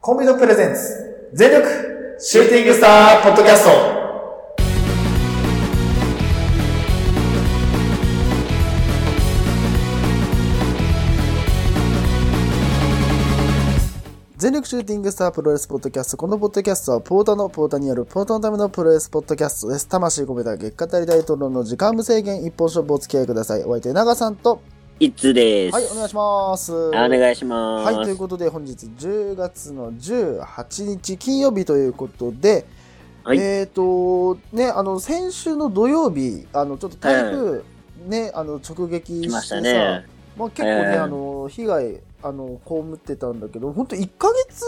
コンビドプレゼンツ、全力シューティングスターポッドキャスト。全力シューティングスタープロレスポッドキャスト。このポッドキャストはポータのポータによるポータのためのプロレスポッドキャストです。魂込めた月下大大統領の時間無制限一本勝負お付き合いください。お相手、長さんと。いつです。はい、お願いします。おあお願いします。はい、ということで本日10月の18日金曜日ということで、はいえっ、と、ね、あの、先週の土曜日、あの、ちょっと台風、ね、あの、直撃して来ましさ、たね。まあ、結構ね、ええあの、被害、あの、被ってたんだけど、本当1ヶ月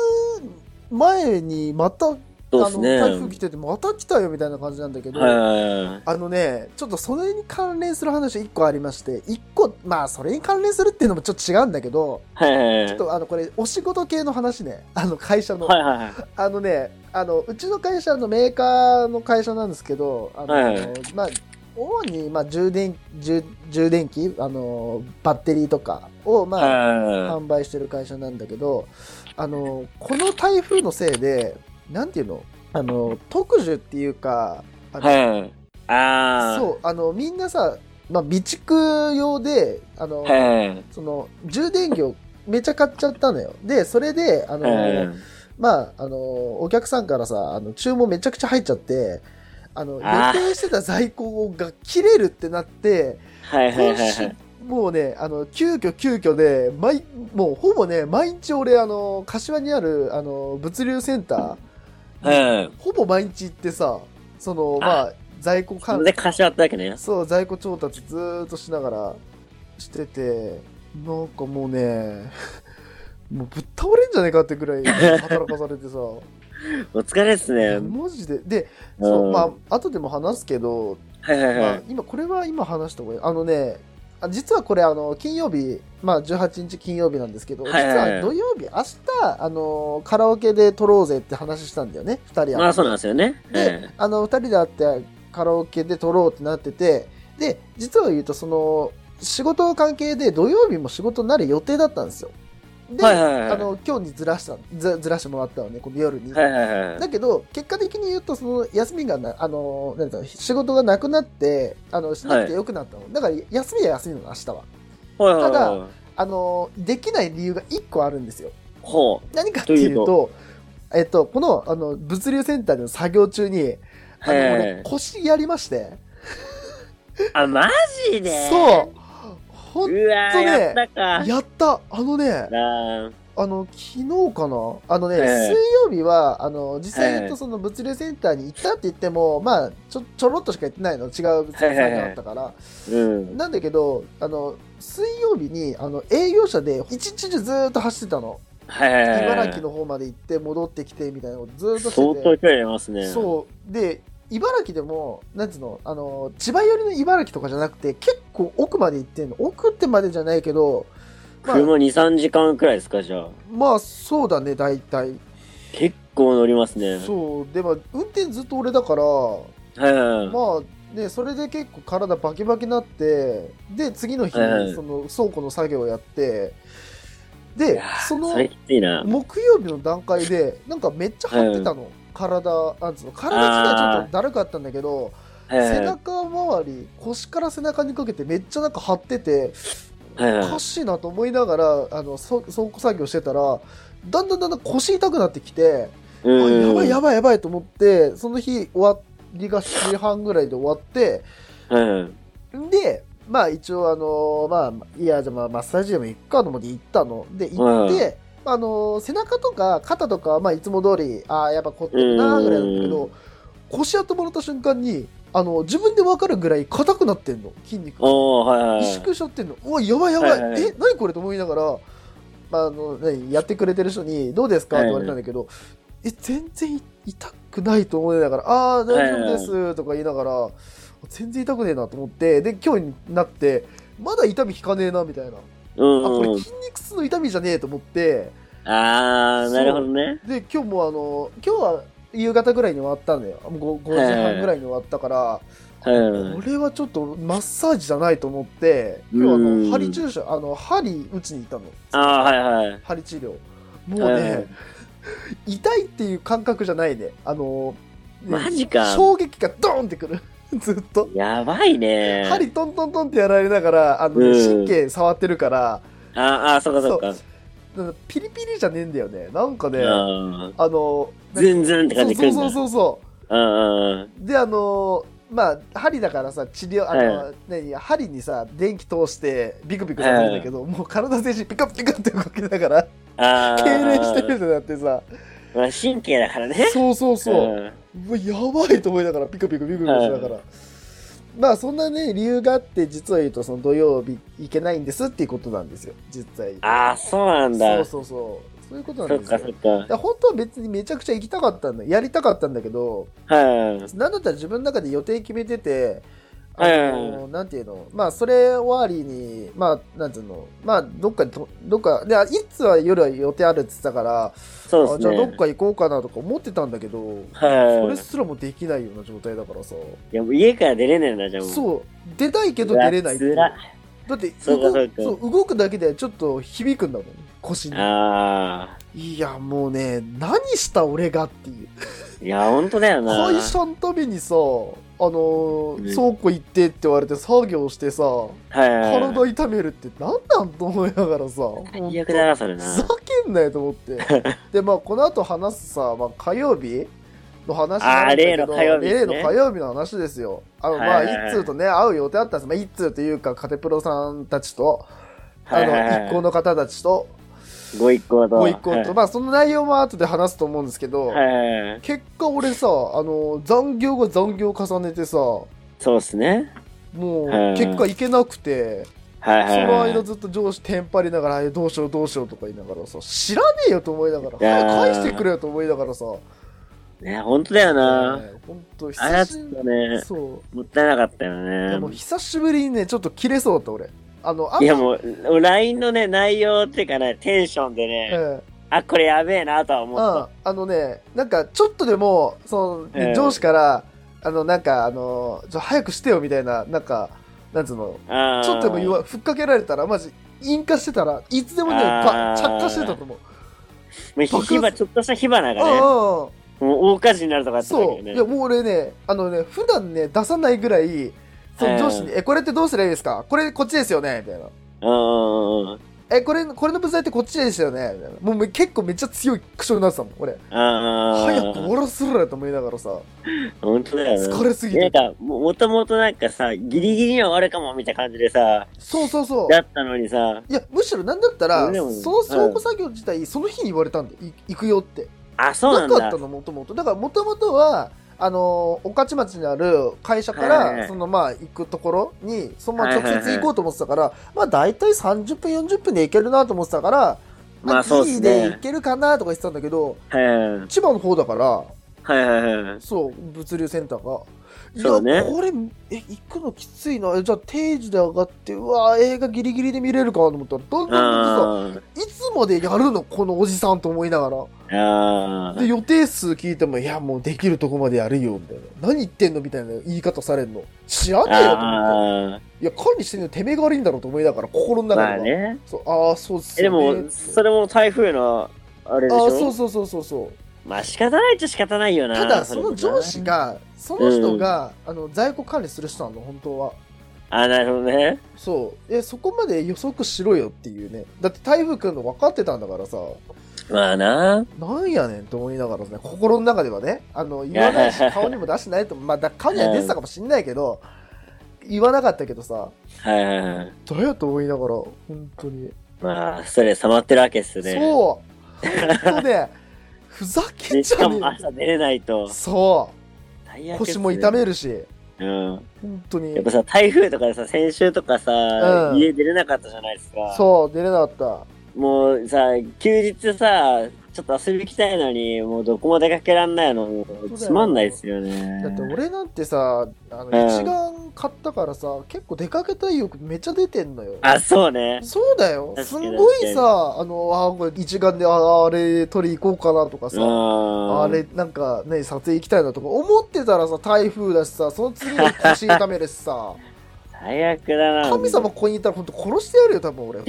前にまた、そうあですの、ね。台風来てて、また来たよみたいな感じなんだけど、はあのね、ちょっとそれに関連する話1個ありまして、1個、まあ、それに関連するっていうのもちょっと違うんだけど、い。はいはいはい。ちょっとあのこれお仕事系の話ねあの会社の、はいはいはい。あのねあのうちの会社のメーカーの会社なんですけどあの、はいまあ主に、まあ、充電充充電器あのバッテリーとかを、まあは販売してる会社なんだけどあのこの台風のせいでなんていうのあの特需っていうかあいの、はいはい。ああ。そうあのみんなさ、まあ、備蓄用であの、はいはいはい。その充電器をめちゃ買っちゃったのよでそれであの、はいはいはいまあ、あのお客さんからさあの注文めちゃくちゃ入っちゃってあの予あー定してた在庫が切れるってなってはいはい今はい週もうねあの急遽急遽で毎もうほぼね毎日俺あの柏にあるあの物流センタはい。はいーほぼ毎日行ってさそのまあ在庫そ管れで貸し合ったわけね。そう、在庫調達ずーっとしながらしてて、なんかもうね、 もうぶっ倒れんじゃねえかってぐらい働かされてさ、お疲れっす ね。マジで。で、そうう、んまあ、後でも話すけど、はいはいはまあい。、今、これは今話した方がいい。あのね、あ実はこれ、あの、金曜日、まあ、18日金曜日なんですけど、実はいはいはいは土曜日、明日、あの、カラオケで撮ろうぜって話したんだよね、二人は。まあそうなんですよね。はいで、あの、二人で会ってカラオケで撮ろうってなってて、で、実は言うと、その、仕事の関係で土曜日も仕事になる予定だったんですよ。で、はいはいはいあの、今日にずらした、ずずらしてもらったのね、この夜に。はいはいはい。だけど、結果的に言うと、その、休みがな、あの、なんだろう仕事がなくなって、あの、しなくてよくなったの。だから、休みは休みなの、明日は。はいはいはいただあの、できない理由が一個あるんですよ。ほう。何かっていうと、とえっと、この、あの、物流センターでの作業中に、あはの、いはいは俺い。腰やりまして。あ、マジでそう。ほう。ん、うわほんとー、ねやったか。やった。あのね、あーあの、昨日かなあのね、ええ水曜日は、あの、実際言うえとえその物流センターに行ったって言っても、まあ、ちょ、ちょろっとしか行ってないの。違う物流センターにあったから。うん。なんだけど、あの、水曜日に、あの、営業車で一日中ずーっと走ってたの。はいはいはい。茨城の方まで行って戻ってきてみたいなことずーっとしてて。相当距離ありますね。そう。で、茨城でも、なんつうの、あの、千葉寄りの茨城とかじゃなくて、結構奥まで行ってんの。奥ってまでじゃないけど、まあ、車2、3時間くらいですか、じゃあ。まあ、そうだね、大体。結構乗りますね。そう。でも、運転ずっと俺だから、はいはいはい。まあ、ね、それで結構体バキバキになって、で、次の日はいはにいその倉庫の作業をやって、いでや、そのそ、れきついな。木曜日の段階で、なんかめっちゃ張ってたの。体、なんつうの、体自体ちょっとだるかったんだけど、はいはい背中周り腰から背中にかけてめっちゃなんか張っててはいおはいかしいなと思いながらあのそ倉庫作業してたらだんだんだんだん腰痛くなってきて、あうんやばいやばいやばいと思ってその日終わりが7時半ぐらいで終わってはいはいでまあ一応あのまあいやじゃあまあマッサージでも行くかと思って行ったので行って、あの背中とか肩とかはまあいつも通りああやっぱ凝ってるなーぐらいだったけど、う腰やってもらった瞬間にあの自分で分かるぐらい硬くなってんの筋肉がおー、はいはいはい。萎縮しちゃってんのうわやばいやばい、はいはいえ何これと思いながら、まあ、あの何やってくれてる人に「どうですか?」って言われたんだけど、え全然痛くないと思いながら「ああー大丈夫です」とか言いながら、全然痛くねえなと思ってで今日になってまだ痛み引かねえなみたいな、うんあこうんうれん。筋肉痛の痛みじゃねえと思ってあー、なるほどね。で今日もあの今日は夕方ぐらいに終わったんだよ 5, 時半ぐらいに終わったから、はいはいはいこれはちょっとマッサージじゃないと思って今日あうのん針注射あの針打ちに行ったのあー、はいはい。針治療もうね、はいはい痛いっていう感覚じゃないね。あのー、ねマジか。衝撃がドーンってくる。 ずっと。やばいね。針トントントンってやられながら、あのね、う神ん経触ってるから、ああ、そっかそっか。なんかピリピリじゃねえんだよね。なんかね、ああの、ーズンズンって感じくそうるんそうだ。そうそう。あであのーまあ針だからさ治療あの、は何針にさ電気通してビクビクさせるんだけど、もう体全身ピカピカって動きながらあー。痙攣してるってなってさまあ神経だからね。そうそうそう、ん。うわやばいと思いながらピカピカピカピカしながら、まあそんなね理由があって実は言うとその土曜日行けないんですっていうことなんですよ実際ああ、そうなんそうだ。そそうそうそういうことなんっですかよそっだかか。ら本当は別にめちゃくちゃ行きたかったんだやりたかったんだけど、はい。なんだったら自分の中で予定決めてて、あはいはいはいの、なんていうの、まあ、それ終わりに、まあ、なんていうの、まあ、どっかにと、どっか、で、あいつは夜は予定あるって言ってたから、そうあでじすゃあどっね。か行こうかなとか思ってたんだけど、それはすらもできないような状態だからさ。い。いや、もう家から出れねえんだ、じゃあもう。そう、出たいけど出れないっていううわだってそ動うかそうくかそう動くだけでちょっと響くんだもん、腰に。ああ。いや、もうね、何した俺がっていう。いや、ほんとだよな。会社のためにさ、あのーうん倉庫行ってって言われて作業してさ、はい。体痛めるって何なんと思いながらさ、最悪だな、それふな。ざけんなよと思 って。で、まあ、この後話すさ、まあ、火曜日の話なあーんだけ例どの火曜日ですね例の火曜日の話ですよ。あの、まあ、はいはいはい一通とね、会う予定あったんです。まあ、一通というか、カテプロさんたちと、あはいはいの、はい一行の方たちと、ご一行と。ご一行はと、まあ、その内容も後で話すと思うんですけど、いはいはい。結果俺さあの残業が残業重ねてさもそうっすね。うはい結果行けなくて、はいはいそのはい。間ずっと上司テンパりながらあ「どうしようどうしよう」とか言いながらさ知らねえよと思いながら「やー早く返してくれよ」と思いながらさね、ほんとだよな。本当あれは久ちしょっぶとりね、そもったいなかったういやよもうね。久しぶりにねちょっと切れそうだった俺あのあんいやもう、LINE のね、内容っていうかね、テンションでえね、えあ、これやべえなとは思うんっ、あのね、なんかちょっとでも、その、ええ上司から、あの、なんか、あの、ちょ早くしてよみたいな、なんか、なんつうの、た。ちょっとでも言わわふっかけられたら、マジ、引火してたらいつでもね、ばあー着火してたと思う。もう火花、ちょっとした火花がね、あもう大火事になるとかああ、ったわけそよう。ねいや、。もう俺ね、あのね、普段ね、出さないぐらい、その上司に、え、これってどうすればいいですかこれ、こっちですよねみたいな。うんうんうん。え、これ、これの部材ってこっちですよねみたいな。もうめ結構めっちゃ強い苦笑になってたもん、俺。早く終あわらせろよと思いながらさ、あ、ほんとだよな。疲れすぎなんて。か、ももともとなんかさ、ギリギリには終わるかもみたいな感じでさ、そうそうそう。だったのにさ、いや、むしろなんだったら、でもその倉庫作業自体、その日に言われたんで、い行くよって。あ、そうななんかっだた。の、もともと。だから、もともとは、あのー、御徒町にある会社かはいはいはら、いその、まあ、行くところに、そのままはいはい直はい接行こうと思ってたから、まあ、大体30分、40分で行けるなと思ってたから、まあそうっすねギリで行けるかなとか言ってたんだけど、はいはい千葉の方だから、はいはいはい。そう、物流センターが。いそや、うねこれ、え、行くのきついな。えじゃあ、定時で上がって、うわー映画ギリギリで見れるかと思ったら、どんどんどんどんさ、あーいつまでやるのこのおじさんと思いながら。あーで、予定数聞いても、いや、もうできるとこまでやるよ、みたいな。何言ってんのみたいな言い方されんの。知らねえよ、と思って。あーいや、管理してんのてめえが悪いんだろうと思いながら、心の中でまは。あね。そうああ、そうっすえでよねも、それも台風の、あれでしあょあ、そうそうそうそうそう。まあ仕方ないっちゃ仕方ないよな。ただ、そそれのもな上司。が、その人が、あの、在庫管理する人なの、本当は。あ、なるほどね。そう。え、そこまで予測しろよっていうね。だって台風来るの分かってたんだからさ。まあな。なんやねんと思いながらね、心の中ではね、あの、言わ ないし、顔にも出してないと、まあ、だ顔には出てたかもしんないけど、言わなかったけどさ、はいはいはい。どうやと思いながら、本当に。まあ、ストレス溜まってるわけっすね。そう本当 ね、ふざけ でちしゃかねも朝出れないとえ。そ最悪うっすね腰も痛めるし、うん。本当やにっ。ぱさ、台風とかでさ、先週とかさ、うん家出れなかったじゃないですか。そう、出れなかった。もうさ、休日さ、ちょっと遊び行きたいのに、もうどこも出かけらんないの、もようつまんないっすよね。だって俺なんてさ、あの、ん一眼買ったからさ、結構出かけたい欲めっちゃ出てんのよ。あ、そうね。そうだよ。確すかにんごいさ、あの、あーこれ一眼で、あーあれ取り行こうかなとかさ、ああれ、なんかね、撮影行きたいなとか思ってたらさ、台風だしさ、その次の日腰痛めるしさ、最悪だな。 神様ここにいたら本当殺してやるよ、多分俺。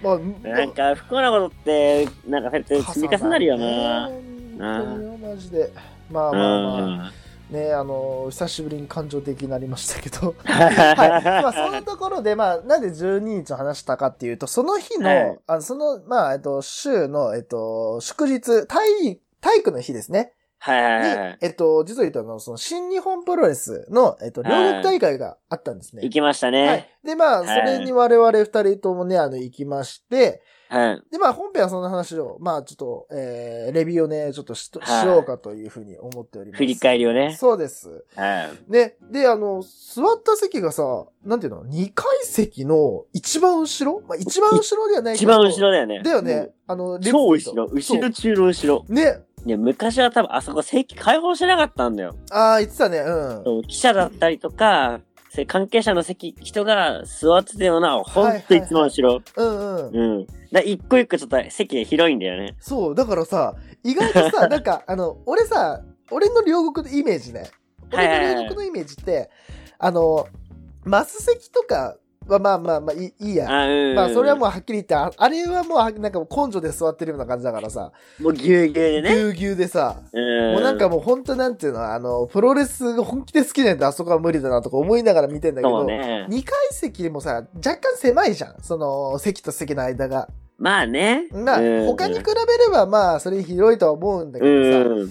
まあ、なんか、不幸なことって、なんか、そうやって積み重なるよな。重なるね本当によマジで。まあまあまあ、ね、あの久しぶりに感情的になりましたけど。 はい。まあ、そのところで、まあ、なんで12日を話したかっていうと、その日の、はいあのその、まあ、えっと、週の、えっと、祝日、体、体育の日ですね。はいにはいはい。えっと、実を言うと、あの、その、新日本プロレスの、えっと、両国大会があったんですね行。きましたはねい。。で、まあ、いそれに我々二人ともね、あの、行きまして、はい。で、まあ、本編はそんな話を、まあ、ちょっと、えー、レビューをね、ちょっとしとはいしようかというふうに思っております。振り返りをね。そうです。は。ね、で、あの、座った席がさ、なんていうの、2階席の一番後ろまあ、一番後ろではないい一けど。番後ろだよね。だよね。うん。あの、列超後ろ。で言うと後ろ中の後ろ。そうね、ね、昔は多分あそこ席開放してなかったんだよ。ああ、言ってたね、うん。そう記者だったりとか、そういう関係者の席、人が座ってたような、ほんと一番後ろ。うんうん。うん。だから一個一個ちょっと席が広いんだよね。そう、だからさ、意外と さ、なんか、あの、俺さ、俺の両国のイメージね。は俺いはいはいの両国のイメージって、あの、マス席とかはまあまあまあいいいいや。あうん。まあ、それはもううはっきり言って、ああれはもうは、なんかもう根性で座ってるような感じだからさ、ん。もうぎゅうぎゅぎうでね。ゅうぎゅうでさ、うん。もうなんかもう本当なんていうの、あの、プロレスが本気で好きなんであそこは無理だなとか思いながら見てんだけそうど、ね。 2階席でもさ、若干狭いじゃん。その、席と席の間が。まあね。まあ、うん他に比べればまあ、それ広いとは思うんだけどさ、うん。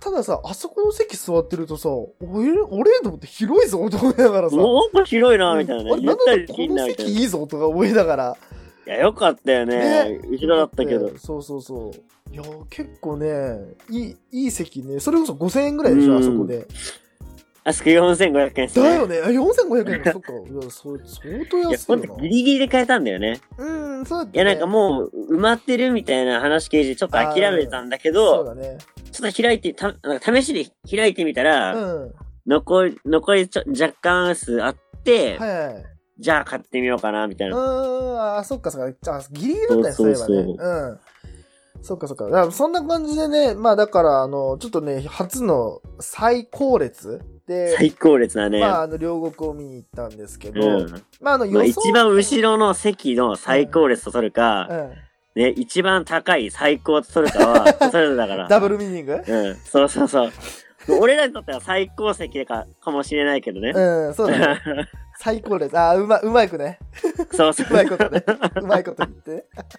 たださ、あそこの席座ってるとさ、俺、俺と思って広いぞ、と思いながらさ。もうなんか広いな、みたいなあれね。なんゆだったろうりでこきんな、のみた席いな。いいぞとか思いながら。いや、よかったよねね。後ろだったけど。。そうそうそう。いや、結構ね、いい、いい席ね。それこそ5000円ぐらいでしょ、うんあそこで。あそこ4500円ですだね。よね。あ4500円か。そっか。いや、それ相当いや、安いほよんなとギ。リギリで買えたんだよね。うん、そうだっいや、なんかもう、埋まってるみたいな話記事、ちょっと諦めたんだけど、そうだね。ちょっと開いて、たなんか試しで開いてみたら、うん。残り、残りちょ若干数あって、はいはい。じゃあ買ってみようかな、みたいうな。ーん、あ、そっかそっか。あ、ギリギリだったね、そういえばね。そうそううん。そっかそっか。だからそんな感じでね、まあだから、あの、ちょっとね、初の最高列で、最高列だね。まあ、あの、両国を見に行ったんですけど、うん。まあ、あの、まあ、一番後ろ。ろの席の最高列と取るうか、ん。ね、一番高い最高と取るかは、 それぞれだから。ダブルミーニン グうん。そうそうそう。もう俺らにとっては最高席か、かもしれないけどね。うん、そうだね。最高列。あ、うま、うまいくね。 そうそうう。まいことね。うまいこと言って。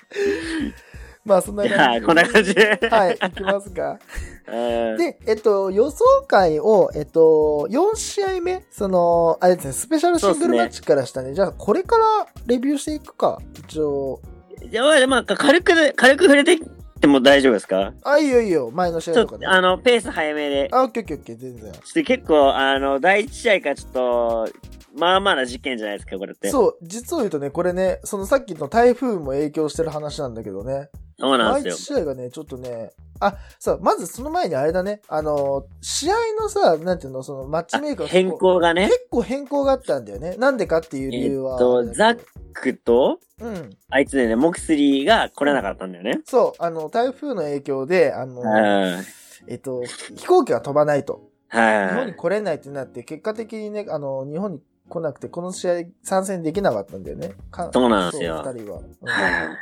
まあ、そんなじゃ感あ、じ。こんな感じで。はい、いきますか。うんで、えっと、予想会を、えっと、4試合目、その、あれですね、スペシャルシングルマッチからしたね。じゃあ、これからレビューしていくか、一応。じゃあ、まあ、軽く、軽く触れてっても大丈夫ですかあ、いいよいいよ、前の試合ちとょっかとね、。あ、あの、ペース早めで。オッケーオッケーオッケー、全然。ちょっと結構、あの、第一試合からちょっと、まあまあな事件じゃないですか、これって。そそうう、実を言うとね、これね、そのさっきの台風も影響してる話なんだけどね。なん毎ですよ。試合がね、ちょっとね、あ、さ、まずその前にあれだね、あの、試合のさ、なんていうの、そのマッチメーカーあ変。更がね、結構変更があったんだよね。なんでかっていう理由は。えっとザッククと、うん。あいつね、モクスリーが来れなかったんだよね。そう、あの、台風の影響で、あのう、ん。えっと、飛行機が飛ばないと。日本はにい。来れないってなって、結果的にね、あの、日本に来なくて、この試合参戦できなかったんだよね。かそうなんですよそう二人は。うん、ではいま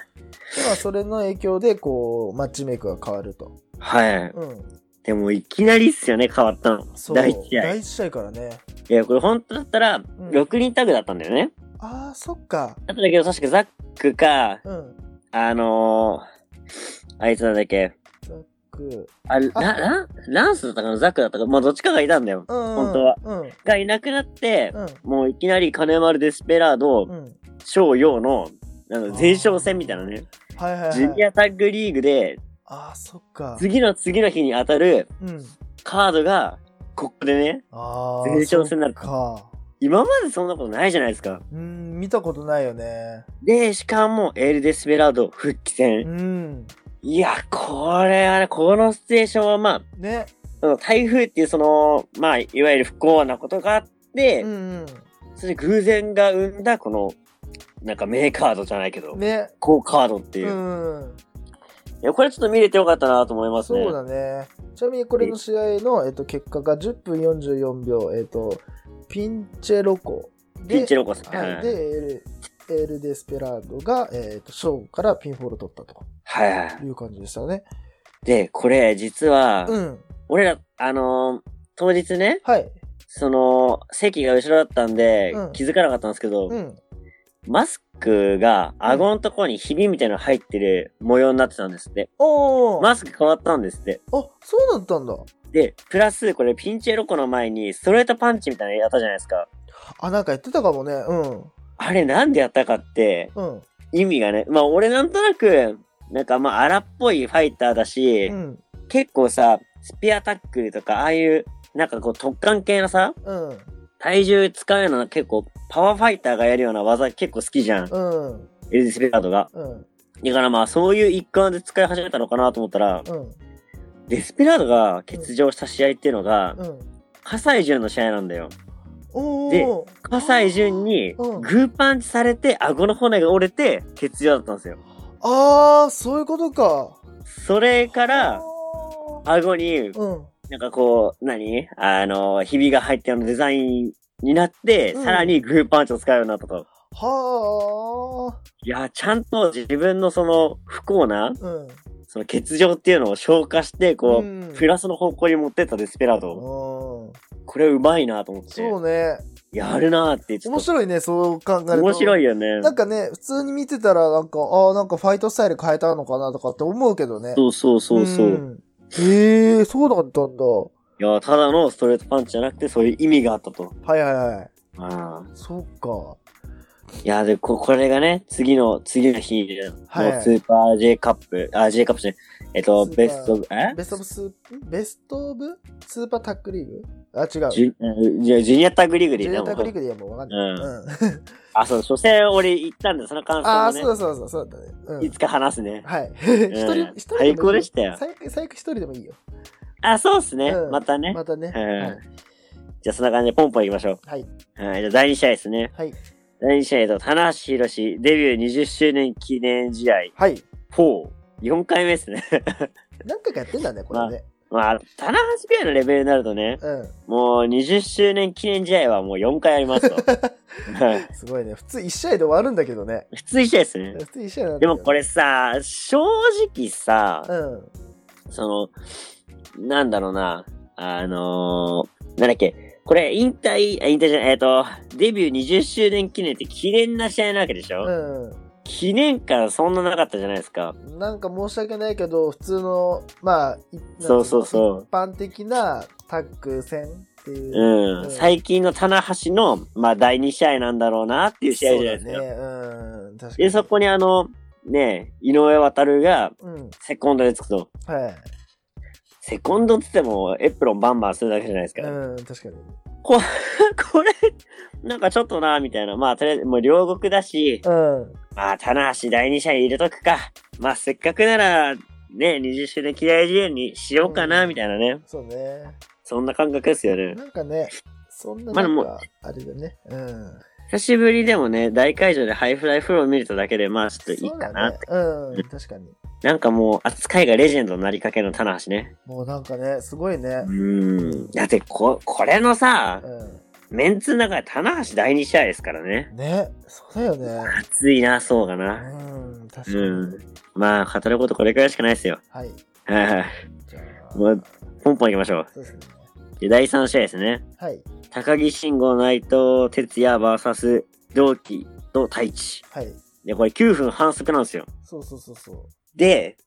あそれの影響で、こう、マッチメイクが変わると。はい。うん。でも、いきなりっすよね、変わったの。そう。第一試合。第い一試合からね。や、これ本当だったら、6人タグだったんだよね。ああ、そっか。だったんだけど、確かザックか、うん。あのー、あいつなんだっけ、くあ、ラ、ラ、ランスだったかな、ザックだったか、まあ、どっちかがいたんだよ。うん。本当は。うん。がいなくなって、うもういきなり金丸デスペラード、ん。うん。小陽の、あの、前哨戦みたいなね、はいはいはい。ジュニアタッグリーグで、ああ、そっか。次の次の日に当たるうん。カードが、ここでね、ああ。前哨戦になるそっか。今までそんなことないじゃないですか。うん、見たことないよね。で、しかも、エル・デスペラード復帰う戦。ん。いや、これはね、このステーションはまあ、ね。その台風っていうその、まあ、いわゆる不幸なことがあって、うんそれ偶然が生んだ、この、なんか名カードじゃないけど、うん。ね。高カードっていうう。いん。や、これちょっと見れてよかったなと思いますね。そうだね。ちなみにこれの試合の、えっと、結果が10分44秒、えっと、ピンチェロコで。ピンチェロコさん。はい。はいで、エル・デスペラードが、えっ、と、ショーからピンフォール取ったとはいはい。いう感じでしたね。で、これ、実は、うん。俺ら、あのー当日ね、はい。その、席が後ろだったんで、うん気づかなかったんですけど、うん。マスクが顎のところにひびみたいなの入ってる模様になってたんですって。おー、マスク変わったんですって。あ、そうだったんだ。で、プラス、これピンチエロコの前にストレートパンチみたいなのやったじゃないですか。あ、なんかやってたかもね。うん。あれなんでやったかって、うん。意味がね、まあ俺なんとなく、なんかまあ荒っぽいファイターだし、うん。結構さ、スピアタックルとか、ああいう、なんかこう突貫系のさ、うん。体重使うような結構パワーファイターがやるような技結構好きじゃうん。ん。エルディスペラードが。うん。だからまあそういう一環で使い始めたのかなと思ったら、うん。デスペラードが欠場した試合っていうのが、うん。葛西潤の試合なんだよ。おでー。葛西潤にグうんーパンチされて、顎の骨が折れて、欠場だったんですよ。あー、そういうことか。それから、あ顎に、ーうん。なんかこう、何あの、ひびが入ったようなデザインになって、うんさらにグーパンチを使うようになったと。はいや、ちゃんと自分のその不幸な、ー。うん。その欠場っていうのを消化して、こう、んプラスの方向に持ってったデスペラーうんド。これうまいなと思って。そうね。やるなーって、ちょ面っ白いね、そう考えと。ると。面白いよね。なんかね、普通に見てたら、なんか、ああ、なんかファイトスタイル変えたのかなとかって思うけどね。そうそうそうそう。んへえ、そうだったんだ。はいや、ただのストレートパンチじゃなくて、そういう意味があったと。いはいはい。ああ。そっか。いや、で、こ、これがね、次の、次の日はいのスーパー J カップ、あ、J カップじゃないえっと、スーパーベストオブ、えベストオブスー、ベストオブスーパータックリーグあ、違う。ジュうんジュジュニアタッグリーグでジいュいニなアタックリーもうグでいやもうわかんない。ううん。あ、そう、初戦俺行ったんだよ、その感ああ、想そうをね。だそうだそうだったね。ういん。つか話すね。はい。 一人、一人もいいよ。最高でしたよ最悪、最悪一人でもいいよ。あ、そうっすねう。んまたね。またね。うんはいじゃあ、そんな感じでポンポン行きましょはい。う。はい、じゃあ、第2試合ですね。はい。第2試合えっと、棚橋宏士デビュー20周年記念試合はい。 4。4回目ですね。 何回かやってんだね、これね。まあ、棚橋ペアのレベルになるとね、うん。もう20周年記念試合はもう4回ありますと。 はいすごいね。普通1試合で終わるんだけどね。普通に試合ですね。普通1試合なんだけでどもこれさ、正直さ、うん。その、なんだろうな、あのー、なんだっけ、これ引退、あ引退じゃない、えっ、と、デビュー20周年記念って記念な試合なわけでしょ、う記念感そんななかったじゃないですか。ん。なんか申し訳ないけど、普通の、まあ、いそうそうそう一般的なタッグ戦っていう。うん。うん最近の棚橋の、まあ、第2試合なんだろうなっていう試合じゃないですか。そうだね。うん。確かに。で、そこにあの、ね、井上渡がうん。セコンドでつくと、はい。セコンドって言ってもエプロンバンバンするだけじゃないですか。うん、確かに。こ これ、なんかちょっとな、みたいな。まあ、とりあえず、もう両国だし、うん。まあ、棚橋第2試合入れとくか。まあ、せっかくなら、ね、20周年記念試合にしようかな、うんみたいなね。そうね。そんな感覚ですよね。なんかね、そんなまなあんもか、あれだね。うん。久しぶりでもね、大会場でハイフライフローを見れただけで、まあ、ちょっといいそうかだな。ね。うん、確かに。なんかもう、扱いがレジェンドになりかけの棚橋ね。もうなんかね、すごいねう。ん。だって、こ、これのさ、うメンツの中で棚橋第2試合ですからね。ん。ね、そうだよね。熱いな、そうかな。うん、確かに。うん。まあ、語ることこれくらいしかないですよ。はい。はいはい。じゃあ、まあポンポン行きましょう。そうですね。で、第3試合ですね。はい。高木慎吾、内藤哲也 VS 同期と太一。はい。で、これ9分反則なんですよ。そうそうそうそう。で、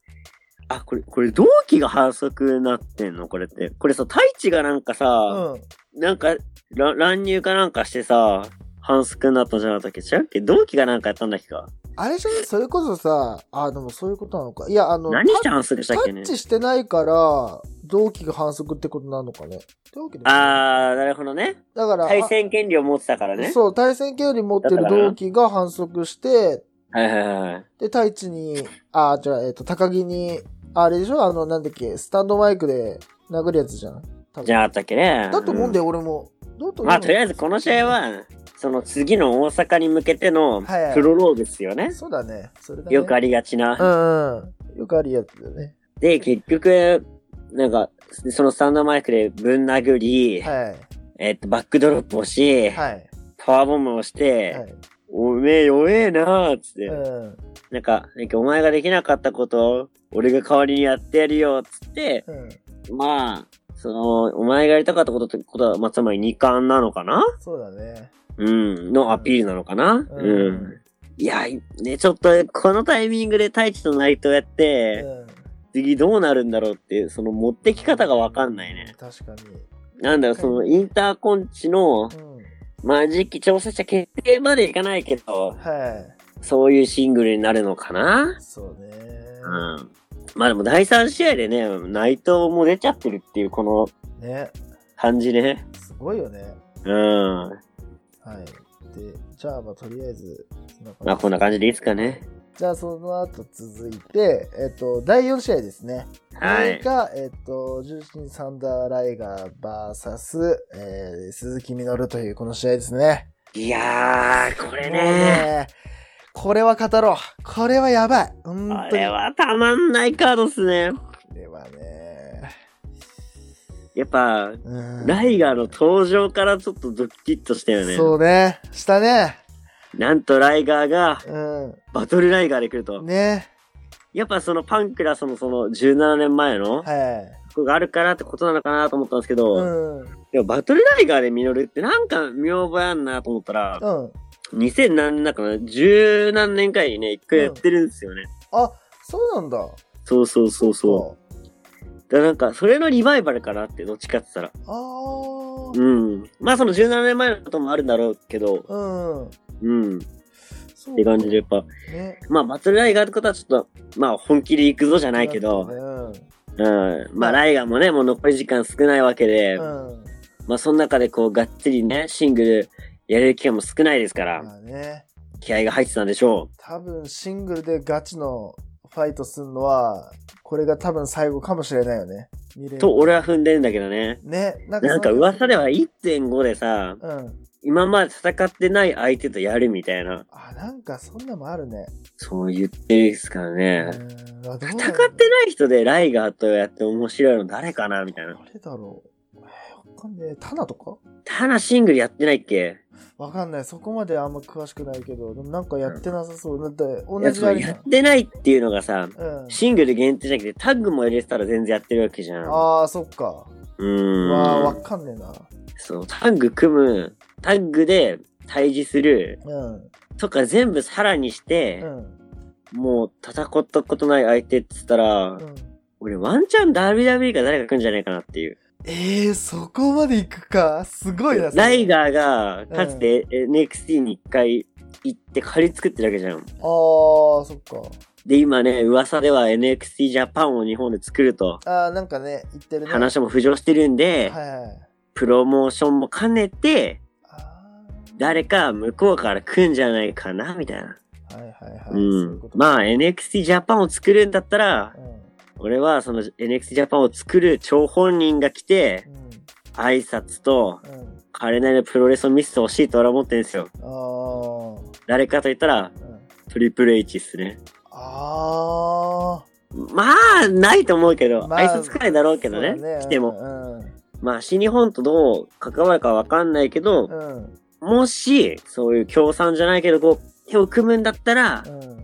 あ、これ、これ同期が反則になってんのこれって。これさ、太一がなんかさ、うん。なんか、ら乱入かなんかしてさ、反則になったんじゃなかったっけ違うっけ同期がなんかやったんだっけかあれじゃないそれこそさ、あ、でもそういうことなのか。いや、あの、何して反則しタたっけッねチしてないから、同期が反則ってことなのかね。ってわけでもないあー、なるほどね。だから、対戦権利を持ってたからね。そう、対戦権より持ってる同期が反則して、はいはいはいはい。で、太一に、あ、じゃあ、えっ、と、高木に、あれでしょあの、なんだっけ、スタンドマイクで殴るやつじゃん。多分じゃなかったっけね。だと思うんだよ、俺も。だと思うまあ、とりあえずこの試合は、その次の大阪に向けてのはいはいプロローグですよね。そうだね。それだね。よくありがちうな。んうん。よくあるやつだよね。で、結局、なんか、そのスタンドマイクでぶん殴り、はえっと、バックドロップをし、い。はい。パワーボムをして、はい。おめえ弱えなーっつって、うん。なんか、なんかお前ができなかったことを、俺が代わりにやってやるよ、つって、うん。まあ、その、お前がやりたかったことってことは、まあ、つまり二冠なのかなそうだね。うん、のアピールなのかなううんん。いや、ね、ちょっと、このタイミングで太一とナイトやって、うん。次どうなるんだろうっていう、その持ってき方がわかんないね。確かに。なんだろう、そのインターコンチの、うん。まあ、次期調査者決定までいかないけど、は。そういうシングルになるのかないそうね。うん。まあでも第3試合でね、内藤も出ちゃってるっていうこのね。感じね。すごいよね。うん。はい。で、じゃあ、まあ、とりあえず、そんな感じまあこんな感じでいいですかね。じゃあ、その後続いて、えっと、第4試合ですね。はいこれが、えっと、重心サンダーライガー VS、えー、鈴木みのるというこの試合ですね。いやー、ここれね。これは語ろう。これはやばい。本当に。これはたまんないカードっすね。これはね。やっぱ、うんライガーの登場からちょっとドキッとしたよね。そうね。したね。なんとライガーがうバトルライガーで来るとん。。ね。やっぱそのパンクラスのその17年前のは服があるからってことなのかなと思ったんですけい。ど、うん。うん。でもバトルライガーでミノルってなんか見覚えあんなと思ったら、2000何年だから10何年かにね、一回やってるんですよね。あ、そうなんだ。そうそうそうそう。う。だからなんか、それのリバイバルかなって、どっちかって言ったら。ああう。ん。まあその17年前のこともあるんだろうけど、うん。うん。っそうて感じでやっぱ、ね。まあバトルライガーってことはちょっと、まあ本気で行くぞじゃないけど、うん。うん。まあライガーもね、もう残り時間少ないわけで、うん。まあその中でこう、がっつりね、シングルやれる期間も少ないですから、まあね。気合が入ってたんでしょう。多分シングルでガチのファイトするのは、これが多分最後かもしれないよね。見れると、俺は踏んでるんだけどね。ね。なんなんか噂では。1.5でさ、うん。今まで戦ってない相手とやるみたいな、あ、なんかそんなもあるね。そう言ってるですからうね。ん。あどう戦なってんなだい人でライガーとやって面白いの誰かなみたいな。誰だろう。えーわかんねえ。タナとかただシングルやってないっけわかんない。そこまであんま詳しくないけど、でもなんかやってなさそう。だって、い同やじそあうれやじゃってないっていうのがさ、ん。うん。シングル限定じゃなくてタッグも入れてたら全然やってるわけじゃん。うああ、そっか。わあ、ーわん。かんねえな。そう、タッグ組む、タッグで対峙するうん。とか全部さらにして、うん。もう戦ったことない相手って言ったら、うん。俺ワンチャン WWE か誰か来るんじゃないかなっていう。ええー、そこまで行くか。すごいな。それライガーがかつて NXT に一回行って仮作ってるわけじゃあん。ー、そっか。で、今ね、噂では NXT ジャパンを日本で作るとあー、なんかね、言ってるね。話も浮上してるんで、はいはい。プロモーションも兼ねて、あ誰か向こうから来るんじゃないかな、みたいな。ーはいはいはい。そうういうんこ。とまあ、NXT ジャパンを作るんだったらう、ん。俺はその NXT ジャパンを作る張本人が来て、うん。挨拶とうん。彼なりのプロレスを見せてほしいと俺は思ってるんですよ。あー。誰かと言ったら、うん、トリプル H っすね。あまあ、ないと思うけど、まあ挨拶くらいだろうー。けどね、そうだ来ても。うん。まあ、新日本とどう関わるかわかんないけどう、ん。もし、そういう協賛じゃないけど、こう、手を組むんだったらう、ん。うん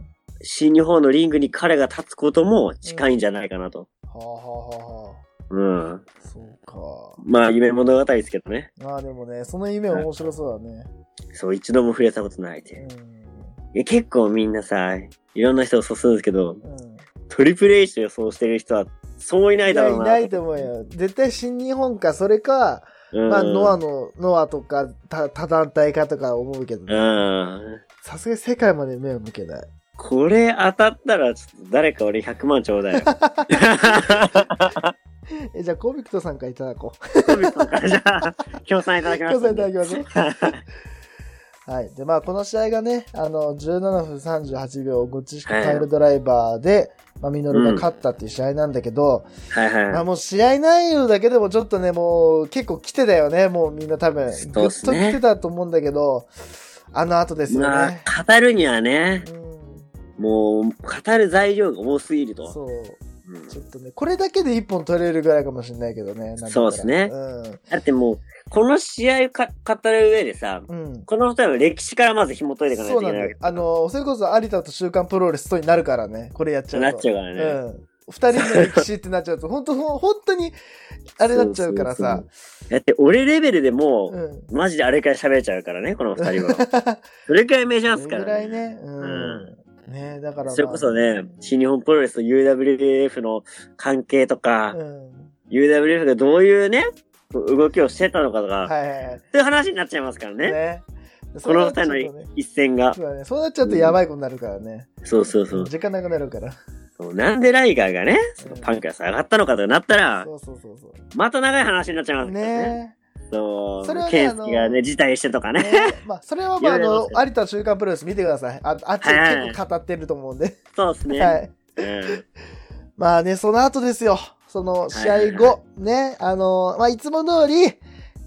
新日本のリングに彼が立つことも近いんじゃないかなと。はあはあはあはあ。うん。そうか。まあ、夢物語ですけどね。まあでもね、その夢は面白そうだね。そう、一度も触れたことないって。ういや結構みんなさ、いろんな人をそうするんですけん。ど、うん。トリプル H と予想してる人は、そういないいだや、ろいうな。ないと思うよ。絶対新日本か、それか、うんまあ、ノアの、ノアとか、他他団体かとか思うけどね。うん。さすがに世界まで目を向けない。これ当たったら、ちょっと誰か俺100万ちょう だいよ。え、じゃあ、コンビクトさんからいただこう。コビさんからじゃあ、協賛いただきます。協賛いただきますね はい。で、まあ、この試合がね、あの、17分38秒、ゴチ式タイルドライバーで、まあ、ミノルが勝ったっていう試合なんだけど、はいまあ、はもう試合内容だけでもちょっとね、もう結構来てたよね、もうみんな多分。そぐっうでとすね来てたと思うんだけど、あの後でい。すよまあね。、語るにはね、うん。もう、語る材料が多すぎると。そう。ううんちょっとね、これだけで一本取れるぐらいかもしれないけどね。なんだったらそうですねうん。だってもう、この試合をか語る上でさ、うん。この二人の歴史からまず紐解いていかないそとういなけんなだいわけよ。あの、それこそ有田と週刊プロレスとになるからね。これやっちゃうと。なっちゃうからね。うん。二人の歴史ってなっちゃうと、本当ほん本当に、あれなっちゃうからさ。だって俺レベルでもう、うん。マジであれから喋れちゃうからね、この二人は。それくらいメジャーっすそかれぐららね、いね。うん。ねだから、まあそれこそ。ね、新日本プロレスと UWF の関係とか、うん。 UWF がどういうね、動きをしてたのかとか、はいはいはい。そういう話になっちゃいますからね。ね。このそうな二人っちゃうとのね一戦が。そうだね。そうなっちゃうとやばいことになるからね。そうそうそう。時間なくなるから。そうなんでライガーがね、そのうんパンクが下がったのかとかなったら、そうそうそうそう。また長い話になっちゃいますからね。ねそう、それはねケンスケあがのね、辞退してとかね。ねまあ、それはまあ、あいろいろありのます、よ有田週刊プロレス見てください。ああっちはいはい結構語ってると思うんで。そうですね。はい。うん。まあね、その後ですよ。その試は合いはいは後、ね、あの、まあ、いつも通り、なんていう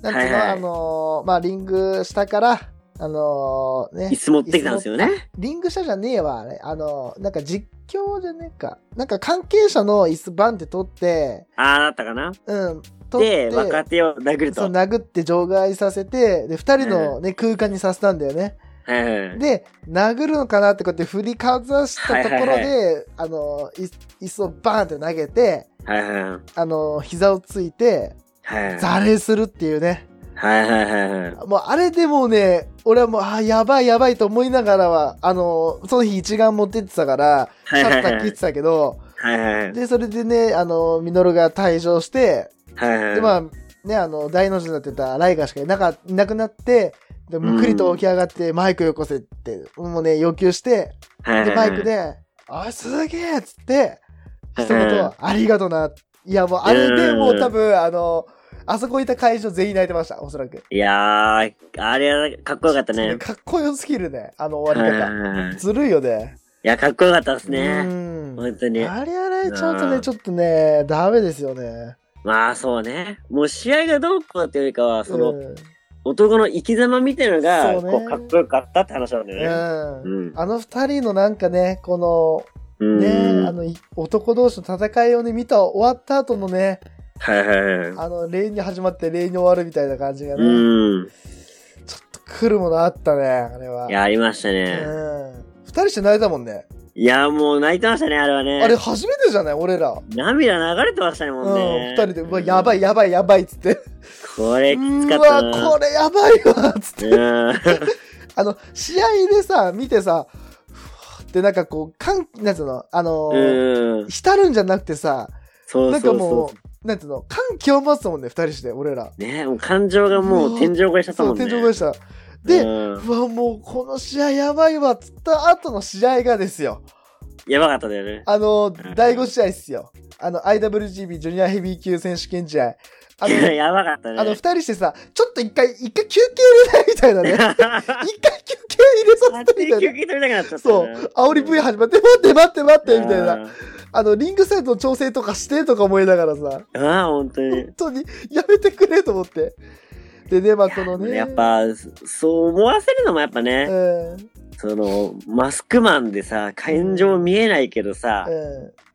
の、はいはいあの、まあ、リング下から、あの、ね椅、子持ってきたんですよね。リング下じゃねえわ、あれ。あの、なんか実況じゃねえか。なんか関係者の椅子バンって取って、ああ、だったかな。うん、取って、で、若手を殴ると。そうはい殴って場外させて、で、二人のね、空間にさせたんだよね。はい。で、殴るのかなってこうやって振りかざしたところで、はいはあの、い椅子をバーンって投げて、はいはい。あの、膝をついて、はいはい。座礼するっていうね。はいはいはいはい。もうあれでもうね、俺はもう、あー、やばいやばいと思いながらは、あの、その日一眼持ってってたから、はいはいはいカッター切ってたけど、はいはいで、それでね、あの、ミノルが退場して、はい。で、まあ、ね、あの、大の字になってたライガーしかいなかいなくなって、でむくりと起き上がって、マイクよこせって、もうね、要求して、はいはいで、はいバイク。で、あ、すげえっつって、一言うん、ありがとな。いや、もう、あれでうんもう多分、あの、あそこいた会場全員泣いてました、おそらく。いやー、あれはかっこよかったね。かっこよすぎるね、あのはい終わりはい方。はいいずるいよね。や、かっこよかったですうね。ん。本当に。あれやられちゃうとうね、んちょっとね、ダメですよね。まあそうね。もう試合がどうこうっていうよりかは、その、うん男の生き様みたいのが、そうねこう、かっこよかったって話なんだよね。ううんん。あの二人のなんかね、この、うんね、あの、い男同士の戦いをね、見た、終わった後のね、はいはいはい。あの、礼に始まって礼に終わるみたいな感じがね、うん。ちょっと来るものあったね、あれは。いや、ありましたうね。ん。二人して泣いたもんね。いや、もう泣いてましたね、あれはね。あれ初めてじゃない俺ら。涙流れてましたね、うもんんね。。二人で、うわ、やばいやばいやばいっつって。これ、うきつーかったわ、な。これやばいわっつって。うん。あの、試合でさ、見てさ、ふわってなんかこう、かん、なんつうの、あのー、うん。浸るんじゃなくてさ、そなうかんそうも、そうなんつうの、感極まってたもんね、二人して、俺ら。う。ね、もう感情がもう天井越えしちゃったそもう、んね。天井越えした。で、うんうわ、もうこの試合やばいわっつった後の試合がですよ。やばかっただよね。あのう、ん第5試合っすよ。あの、IWGB ジュニアヘビー級選手権試合。あの、やばかったね。あの、二人してさ、ちょっと一回、一回休憩入れないみたい なね。一回休憩入れさせ勝て手みたにい休な。憩取りたくなっちゃった。そう。煽り V 始まって、待って待って待ってみたいな。ああの、リングサイドの調整とかしてとか思いながらさ、ーあー、本当に本。当にやめてくれと思って。でね、まあ、このね。やっ、ぱ、そう思わせるのもやっぱうね、ん。うん。その、マスクマンでさ、感情見えないけどさ、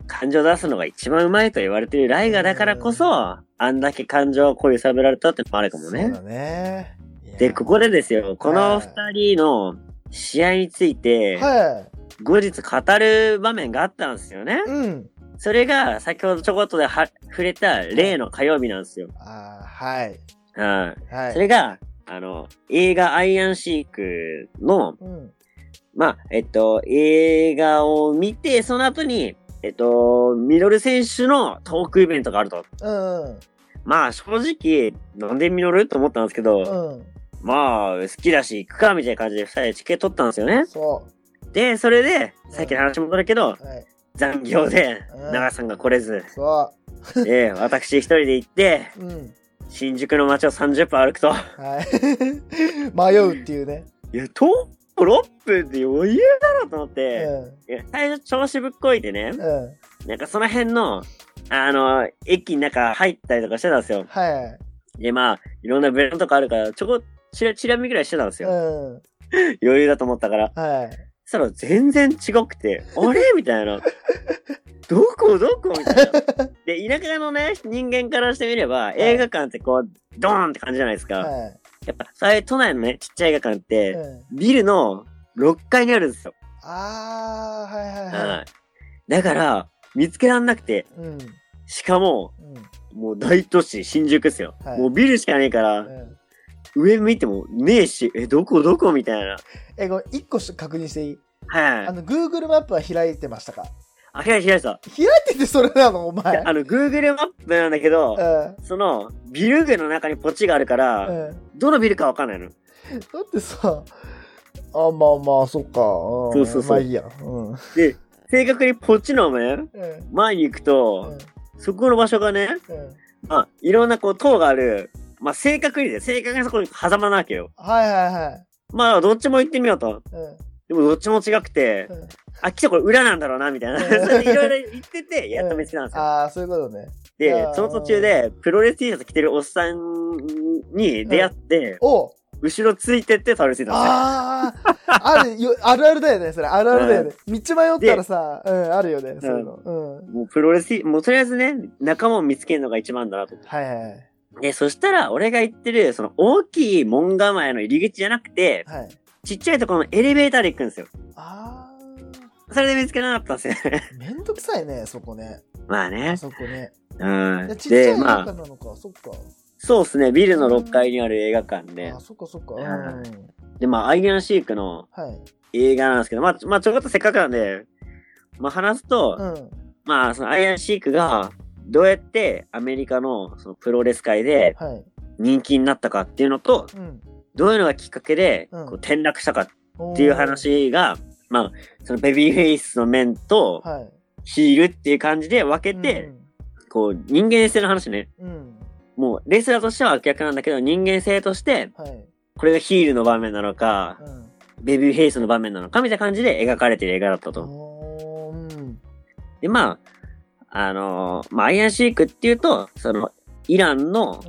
感情出すのが一番うまいと言われてるライガーだからこそ、あんだけ感情をこう揺さぶられたってのもあるかもそうねだ。ね。いやで、ここでですよ、この二人の試合について、は後日語る場面があったんですよねい。。うん。それが、先ほどちょこっとでは触れた、例の火曜日なんですよ。ああ、はい。はい。はい。それが、あの、映画アイアンシークの、うん。まあ、えっと、映画を見て、その後に、えっと、ミドル選手のトークイベントがあると。うん。まあ、正直、なんでミドルと思ったんですけうど、ん。まあ、好きだし、行くか、みたいな感じで二人でチケット取ったんですよね。そで、それで、さっきの話戻るけう。ど、はい。残業でう、ん長さんが来れず、そで、私一人で行って、う。うん。新宿の街を30分歩くと、はい。 迷うっていうね。いや、トープ6分って余裕だろと思っうて、ん。いや最初調子ぶっこいてね、うん。なんかその辺の、あの、駅の中入ったりとかしてたんですよ。はい。で、まあ、いろんなブランドとかあるから、ちょこ、ちら、ちら見ぐらいしてたんですうよ。ん。余裕だと思ったから。はい。したら全然違 くて、あれみたいな。どこどこみたいな。で、田舎のね、人間からしてみれば、映画館ってこう、ドーンって感じじゃないですか。はやっぱ、そういう都内のね、ちっちゃい映画館っい。て、うんビルの6階にあるんですよ。あー、はいはいははい。だから、見つけらんなくて、い。うん。しかも、うん。もう大都市、新宿っすよ。はいもうビルしかねえから、うん上見てもねえし、え、どこどこみたいな。え、ごめん、一個し確認していいはい。ああ、の、Google マップは開いてましたか開いた開いた。開いててそれなのお前。あの、Google マップなんだけど、うん。その、ビル群の中にポチがあるから、うん。どのビルかわかんないの。だってさ、あ、まあまあ、そっか。そそうそうそうまあいいや。うん。うん。で、正確にポチのね、うん。前に行くうと、ん。そこの場所がね、まあ、いろんなこう、塔がある、まあ、正確にで、正確にそこに狭間なわけよ。はいはいはい。まあ、どっちも行ってみようと。うん。でも、どっちも違くて、うんあ、来たこれ裏なんだろうな、みた いな。それでいろいろ行ってて、やっと見つけたんですよ。ああ、そういうことね。であー、その途中で、プロレス T シャツ着てるおっさんに出会って、おう後ろついてってたどり着いたんですよ。ああ、あるよ、あるあるだよね、それ。あるあるだよね。道迷ったらさ、うん、あるよね、そういうの。うん。もうプロレス T、もうとりあえずね、仲間を見つけるのが一番だなと。はいはいはい。で、そしたら、俺が言ってる、その大きい門構えの入り口じゃなくて、はい。ちっちゃいところのエレベーターで行くんですよ。あそれで見つけなかったんですよ ね。あ、めんどくさいね、そこね。まあねあ。そこね。うんいや。ちっちゃいで、映画ま館あ、なのか、そっか。そうですね。ビルの6階にある映画館であ、。そっかそっか。ううんん。で、まあ、アイアンシークのはい。映画なんですけど、まあ、ちょまあ、ちょこっとせっかくなんで、まあ、話すと、うん。まあ、そのアイアンシークが、どうやってアメリカのそのプロレス界ではい。人気になったかっていうのと、うん。どういうのがきっかけでうんこう転落したかおーっていう。話が、まあ、そのベビーフェイスの面とはい。ヒールっていう感じで分けて、こう人間性の話ね。うん、うん。もうレスラーとしては逆なんだけど、人間性として、はい。これがヒールの場面なのか、うん。ベビーフェイスの場面なのかみたいな感じで描かれてる映画だったと。おーうん。で、まあ、あのーまあ、アイアンシークっていうと、その、イランの、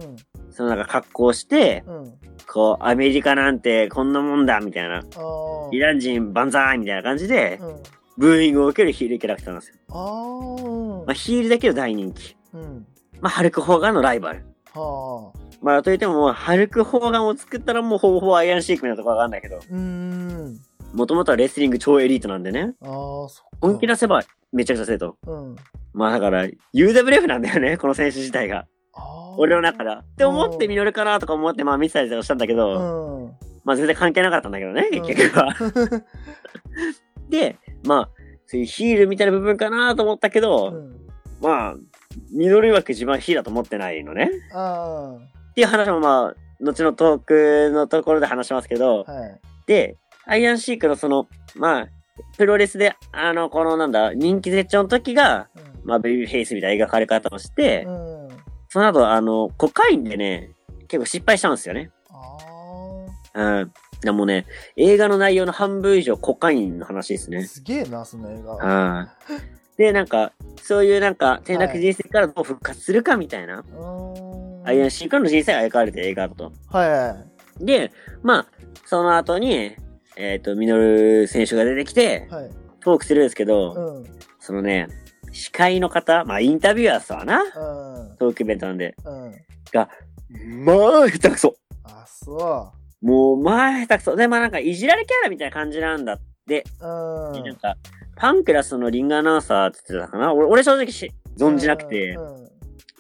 そのなんか格好をして、うん。うん。こう、アメリカなんてこんなもんだ、みたいな。ああ。イラン人万歳みたいな感じで、うん。ブーイングを受けるヒールキャラクターなんですよ。ああまあ、。ヒールだけど大人気。うん。まあ、ハルク・ホーガンのライバル。はあ。まあ、といってももう、ハルク・ホーガンを作ったらもうほぼほぼアイアンシークみたいなとこわかんないけど、うーん。もともとはレスリング超エリートなんでね、ああ、そっか。本気出せばめちゃくちゃ生徒。うん。まあだから、UWF なんだよね、この選手自体が。俺の中で。では。って思ってミノルかなとか思って、まあ見てたりとかしたんだけうど、ん。はまあ全然関係なかったんだけどね、うん結局は。で、まあ、そういうヒールみたいな部分かなと思ったけうど、ん、まあ、ミノル曰く自分はヒールだと思ってないのね。あっていう話もまあ、後のトークのところで話しますけどあ、、はい。で、アイアンシークのその、まあ、プロレスで、あの、このなんだ、人気絶頂の時が、うんまあ、ベビーフェイスみたいな描かれ方をして、うん。その後、あの、コカインでね、結構失敗したんですよね。ああ。うん。でもね、映画の内容の半分以上コカインの話ですね。すげえな、その映画。うん。で、なんか、そういうなんか、転落人生からどう復活するかみたいな、うーん。アイアンシークの人生が描かれてる映画だと。はいはい。で、まあ、その後に、えっ、と、ミノル選手が出てきて、はい。トークするんですけど、うん。うん。そのね、司会の方、まあ、インタビュアーさな、うん。トークイベントなんで、うん。まあ、下手くそ。あ、そもう、まあ、下手くそ。で、まあ、なんか、いじられキャラみたいな感じなんだって、う。うん。なんか、パンクラスのリングアナウンサーって言ってたかな俺、俺正直し、存じなくてう、ん。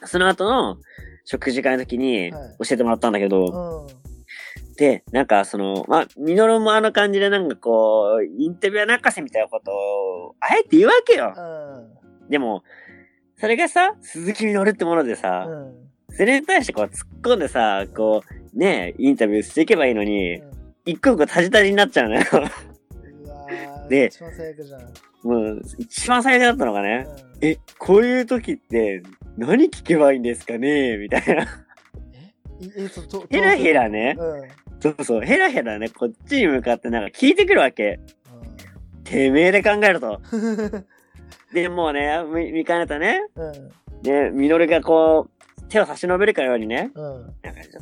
その後の食事会の時に教はいえてもらったんだけど、うん。で、なんか、その、まあ、ミノルもあの感じで、なんかこう、インタビュアー泣かせみたいなことを、あえて言うわけよう。ん。でも、それがさ、鈴木みのるってものでさ、うん。それに対してこう突っ込んでさ、こう、ねえ、インタビューしていけばいいのに、一個一個タジタジになっちゃうのよ。 うわーで一番最悪じゃん。もう、一番最悪だったのがうね、んえ、こういう時って、何聞けばいいんですかねみたいな。えいえ、そう、と、ヘラヘラね。うん。うん。そうそう、ヘラヘラね、こっちに向かってなんか聞いてくるわけ。てめえで考えると。で、もうね、見見かねたね、うん。で、ミノルがこう、手を差し伸べるかのようにね、うん。なん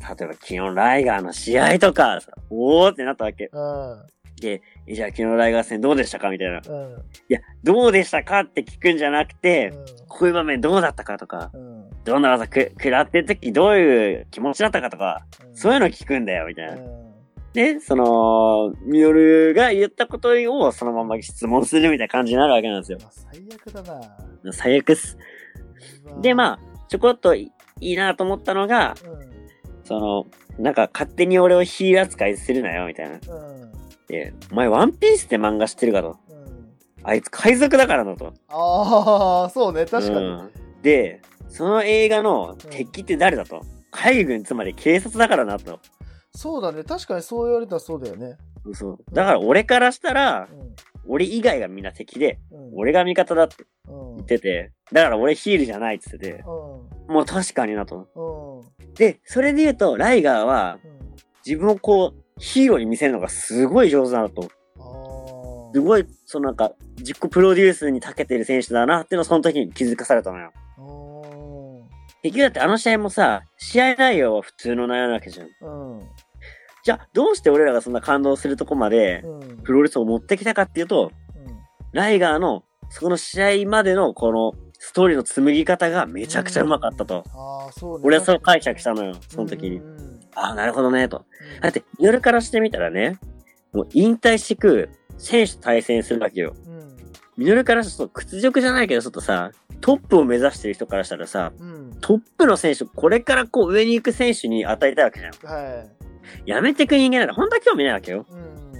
か例えば、キヨン・ライガーの試合とか、おーってなったわけ。うん。で、えじゃあ昨日の大合戦どうでしたかみたいな。いうん。や、どうでしたかって聞くんじゃなくて、うこういう場面どうだったかとか、ん。うん。どんな技く食らってる時どういう気持ちだったかとか、そういうの聞くんだよ、みたいな。うん。で、その、ミノルが言ったことをそのまま質問するみたいな感じになるわけなんですよま。あ最悪だな。最悪っす。で、まあ、ちょこっといいいなと思ったのが、あ。うん。その、なんか勝手に俺をヒール扱いするなよ、みたいうな。ん。で、お前ワンピースって漫画知ってるかと。うん。あいつ海賊だからだと。ああ、そうね、確かうに。んで、その映画の敵って誰だと。海軍つまり警察だからなと。そうだね、確かにそう言われたらそうだよね。そう。だから俺からしたら、俺以外がみんな敵で、うん。うん、俺が味方だってうん、言ってて、だから俺ヒールじゃないって言ってて、うん。もう確かになと。うん。うん。で、それで言うと、ライガーは自分をこう、ヒーローに見せるのがすごい上手だなと。あすーごい、そのなんか、実行プロデュースに長けてる選手だなっていうのをその時に気づかされたのよ。うん。結局だってあの試合もさ、試合内容は普通の内容なわけじゃん。うん。じゃあ、どうして俺らがそんな感動するとこまで、うん。プロレスを持ってきたかっていうと、ライガーの、そこの試合までの、この、ストーリーの紡ぎ方がめちゃくちゃうまかったと。ああ、そうね。俺はそう解釈したのよ、その時にう。んうんああ、なるほどね、と。うんだって、夜からしてみたらね、もう引退してく選手と対戦するわけよ。うん。ミノルからすると屈辱じゃないけど、ちょっとさ、トップを目指してる人からしたらさ、うん。トップの選手、これからこう上に行く選手に与えたいわけじゃん。はい。やめてく人間なんて本当は興味ないわけよ。うん。うん。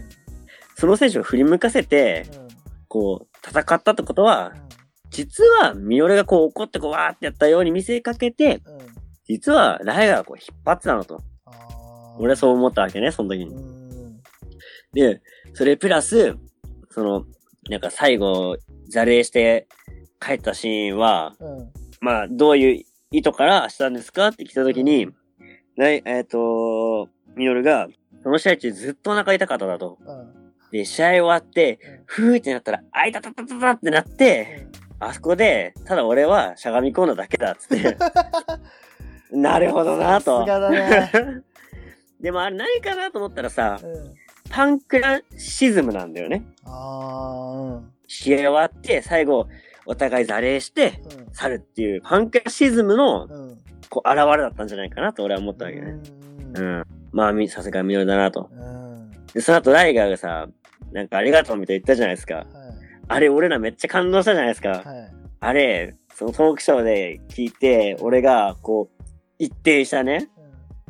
その選手を振り向かせて、こう、戦ったってことは、実はミノルがこう怒ってこうわーってやったように見せかけて、うん。うん。実はライガーがこう引っ張ってたのと。ああ。俺はそう思ったわけね、その時うに。ん。で、それプラス、その、なんか最後、座礼して帰ったシーンは、うん。まあ、どういう意図からしたんですかって来た時に、ないえっ、と、ミノルが、その試合中ずっとお腹痛かっただと。うん。で、試合終わって、ふーってなったら、あいたたたたたってなって、あそこで、ただ俺はしゃがみ込んだだけだっ つって。なるほどさなとす。がだね。でもあれ何かなと思ったらさ、うん。パンクラシズムなんだよね。ああ、うん。試合終わって、最後、お互い座礼して、去るっていう、パンクラシズムの、うん。うん。こう、現れだったんじゃないかなと俺は思ったわけね。うんう。ん。まあ、みさすがミノルだなと。うん。はで、その後、ライガーがさ、なんかありがとうみたいに言ったじゃないですか。あれ、俺らめっちゃ感動したじゃないですか。い。はい。あれ、そのトークショーで聞いて、俺が、こう、一定したね、うん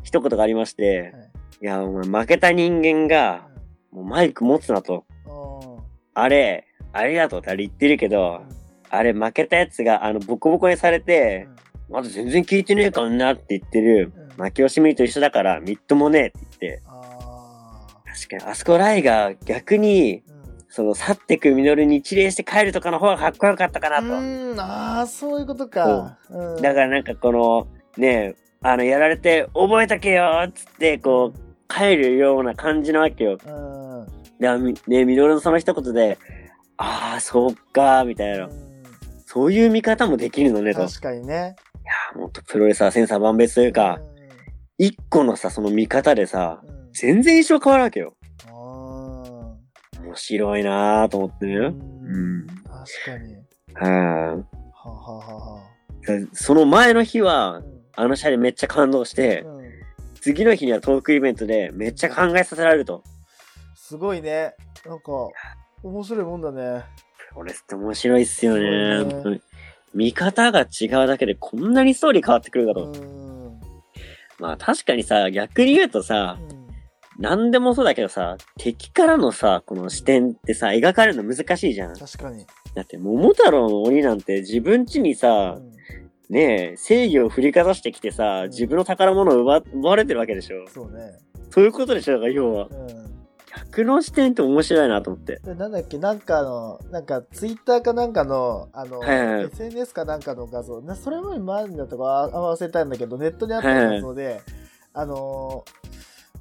一言がありまして、はい。いや、お前負けた人間が、もうマイク持つなと。うん。あれ、ありがとうってあれ言ってるけあど、あれ負けたやつが、あの、ボコボコにされて、まだ全然聞いてねえかんなって言ってる、うん。負け惜しみと一緒だから、みっともねえってああ。言って。確かに、あそこライが逆に、うん。その、去ってくミノルに一礼して帰るとかの方がかっこよかったかなと。うーん、ああ、そういうことか。うん。だかからなんかこの、ねえ、あの、やられて覚えたけよっつって、こう、帰るような感じなわけよ。うん。うん。で、あみねえ、ミノルのその一言で、ああ、そうか、みたいな。そういう見方もできるのね、と。確かにね。もっとプロレスは千差万別というか、一個のさ、その見方でさう、ん。うん。全然印象変わるわけよ。あ面白いなぁと思ってーうね。ん。うん。確かに。ははあはあはあはぁその前の日あ。うは、んあのシャレめっちゃ感動して、うん。次の日にはトークイベントでめっちゃ考えさせられると。すごいね。なんか、面白いもんだね。プロレスって面白いっすよそうねね。本当に見方が違うだけでこんなにストーリー変わってくるだうろう。ん。まあ確かにさ、逆に言うとさう、ん何でもそうだけどさ、敵からのさ、この視点ってさ、描かれるの難しいじゃん。確かに。だって桃太郎の鬼なんて自分家にうさ、んねえ、正義を振りかざしてきてさ、うん自分の宝物を奪奪われてるわけでしょ。そうね。そういうことでしょ、だから要は。うん。逆の視点って面白いなと思って。でなんだっけなんかの、なんかツイッターかなんかの、あの、はいはいはい SNS かなんかの画像、なそれより前だったかはあ忘れたんだけど、ネットにあった画像で、あの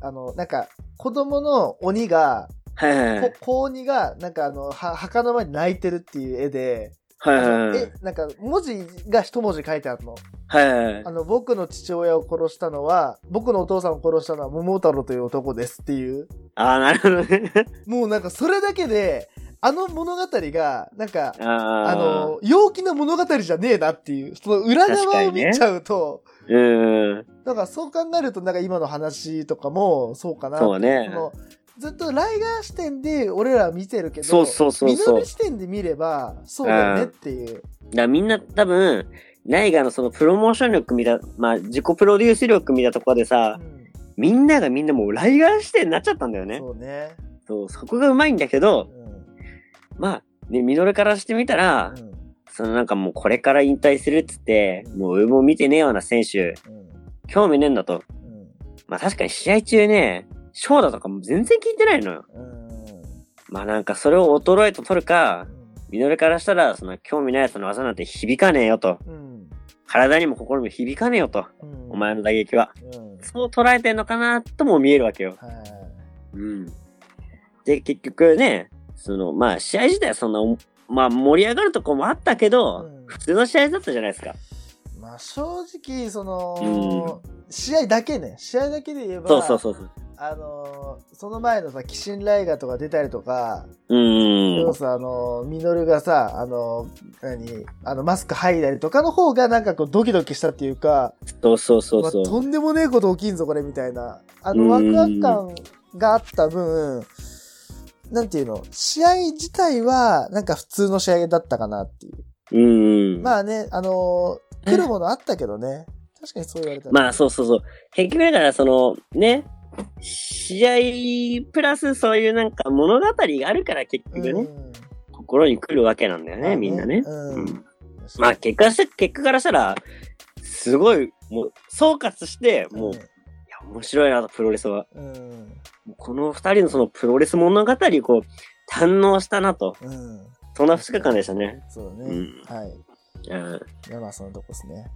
ー、あの、なんか、子供の鬼が、はいはいはいこ子鬼が、なんかあの、は墓の前に泣いてるっていう絵で、はいはいはい。え、なんか文字が一文字書いてあるの。はいはいはあい。の、僕の父親を殺したのは、僕のお父さんを殺したのは桃太郎という男ですっていう。ああ、なるほどね。もうなんかそれだけで、あの物語が、なんか、あああ。の、陽気な物語じゃねえなっていう、その裏確か側をにね見ちゃうと、うん。だからそう考えると、なんか今の話とかも、そうかなってい。そうねそのずっとライガー視点で俺らは見てるけど、そうそうそうそうみのり視点で見れば、そうだよねっていう。だからみんな多分、ナイガーのそのプロモーション力みたいな、まあ自己プロデュース力みたいなところでさ、みんながみんなもうライガー視点になっちゃったんだようんね。そうね。そう、そこがうまいんだけど、うんまあ、ね、ミノルからしてみたらう、んそのなんかもうこれから引退するっつって、もう上も見てねえような選手、うん興味ねえんだと。うんまあ確かに試合中ね、翔太とかも全然聞いてないのよ。うんまあなんかそれを衰えと取るかう、んミノルからしたら、その興味ないやつの技なんて響かねえよと。うん体にも心にも響かねえよと。うんお前の打撃は。うんそう捉えてんのかなとも見えるわけよ。はいうん。で、結局ね、その、まあ、試合自体はそんなお、まあ、盛り上がるとこもあったけど、うん普通の試合だったじゃないですか。まあ正直その、試合だけね試合だけで言えばそうそうそうそう。あのーその前のさ鬼神ライガーとか出たりとか、うん要。するにあのーミノルがさあのー何あのマスク剥いだりとかの方がなんかこうドキドキしたっていうかそうそうそううわそとんでもねえこと起きんぞこれみたいなあうのんワクワク感があった分なんていうの試合自体はなんか普通の試合だったかなっていうう。うん。まあ、まあね、あのー来るものあったけどね。確かにそう言われたら。まあ、そうそうそう。結局だから、その、ね、試合プラスそういうなんか物語があるから結う局ん、ね、心に来るわけなんだよまあね、みんなね。う。うんんまあ結果して、結果からしたら、すごい、もう、総括して、もう、いや、面白いなと、プロレスは。うん、もうこの二人のそのプロレス物語をこう、堪能したなと。うん。そんな二日間でしたね。そうだね。うんはい。うん。いやまあ、そのとこですね。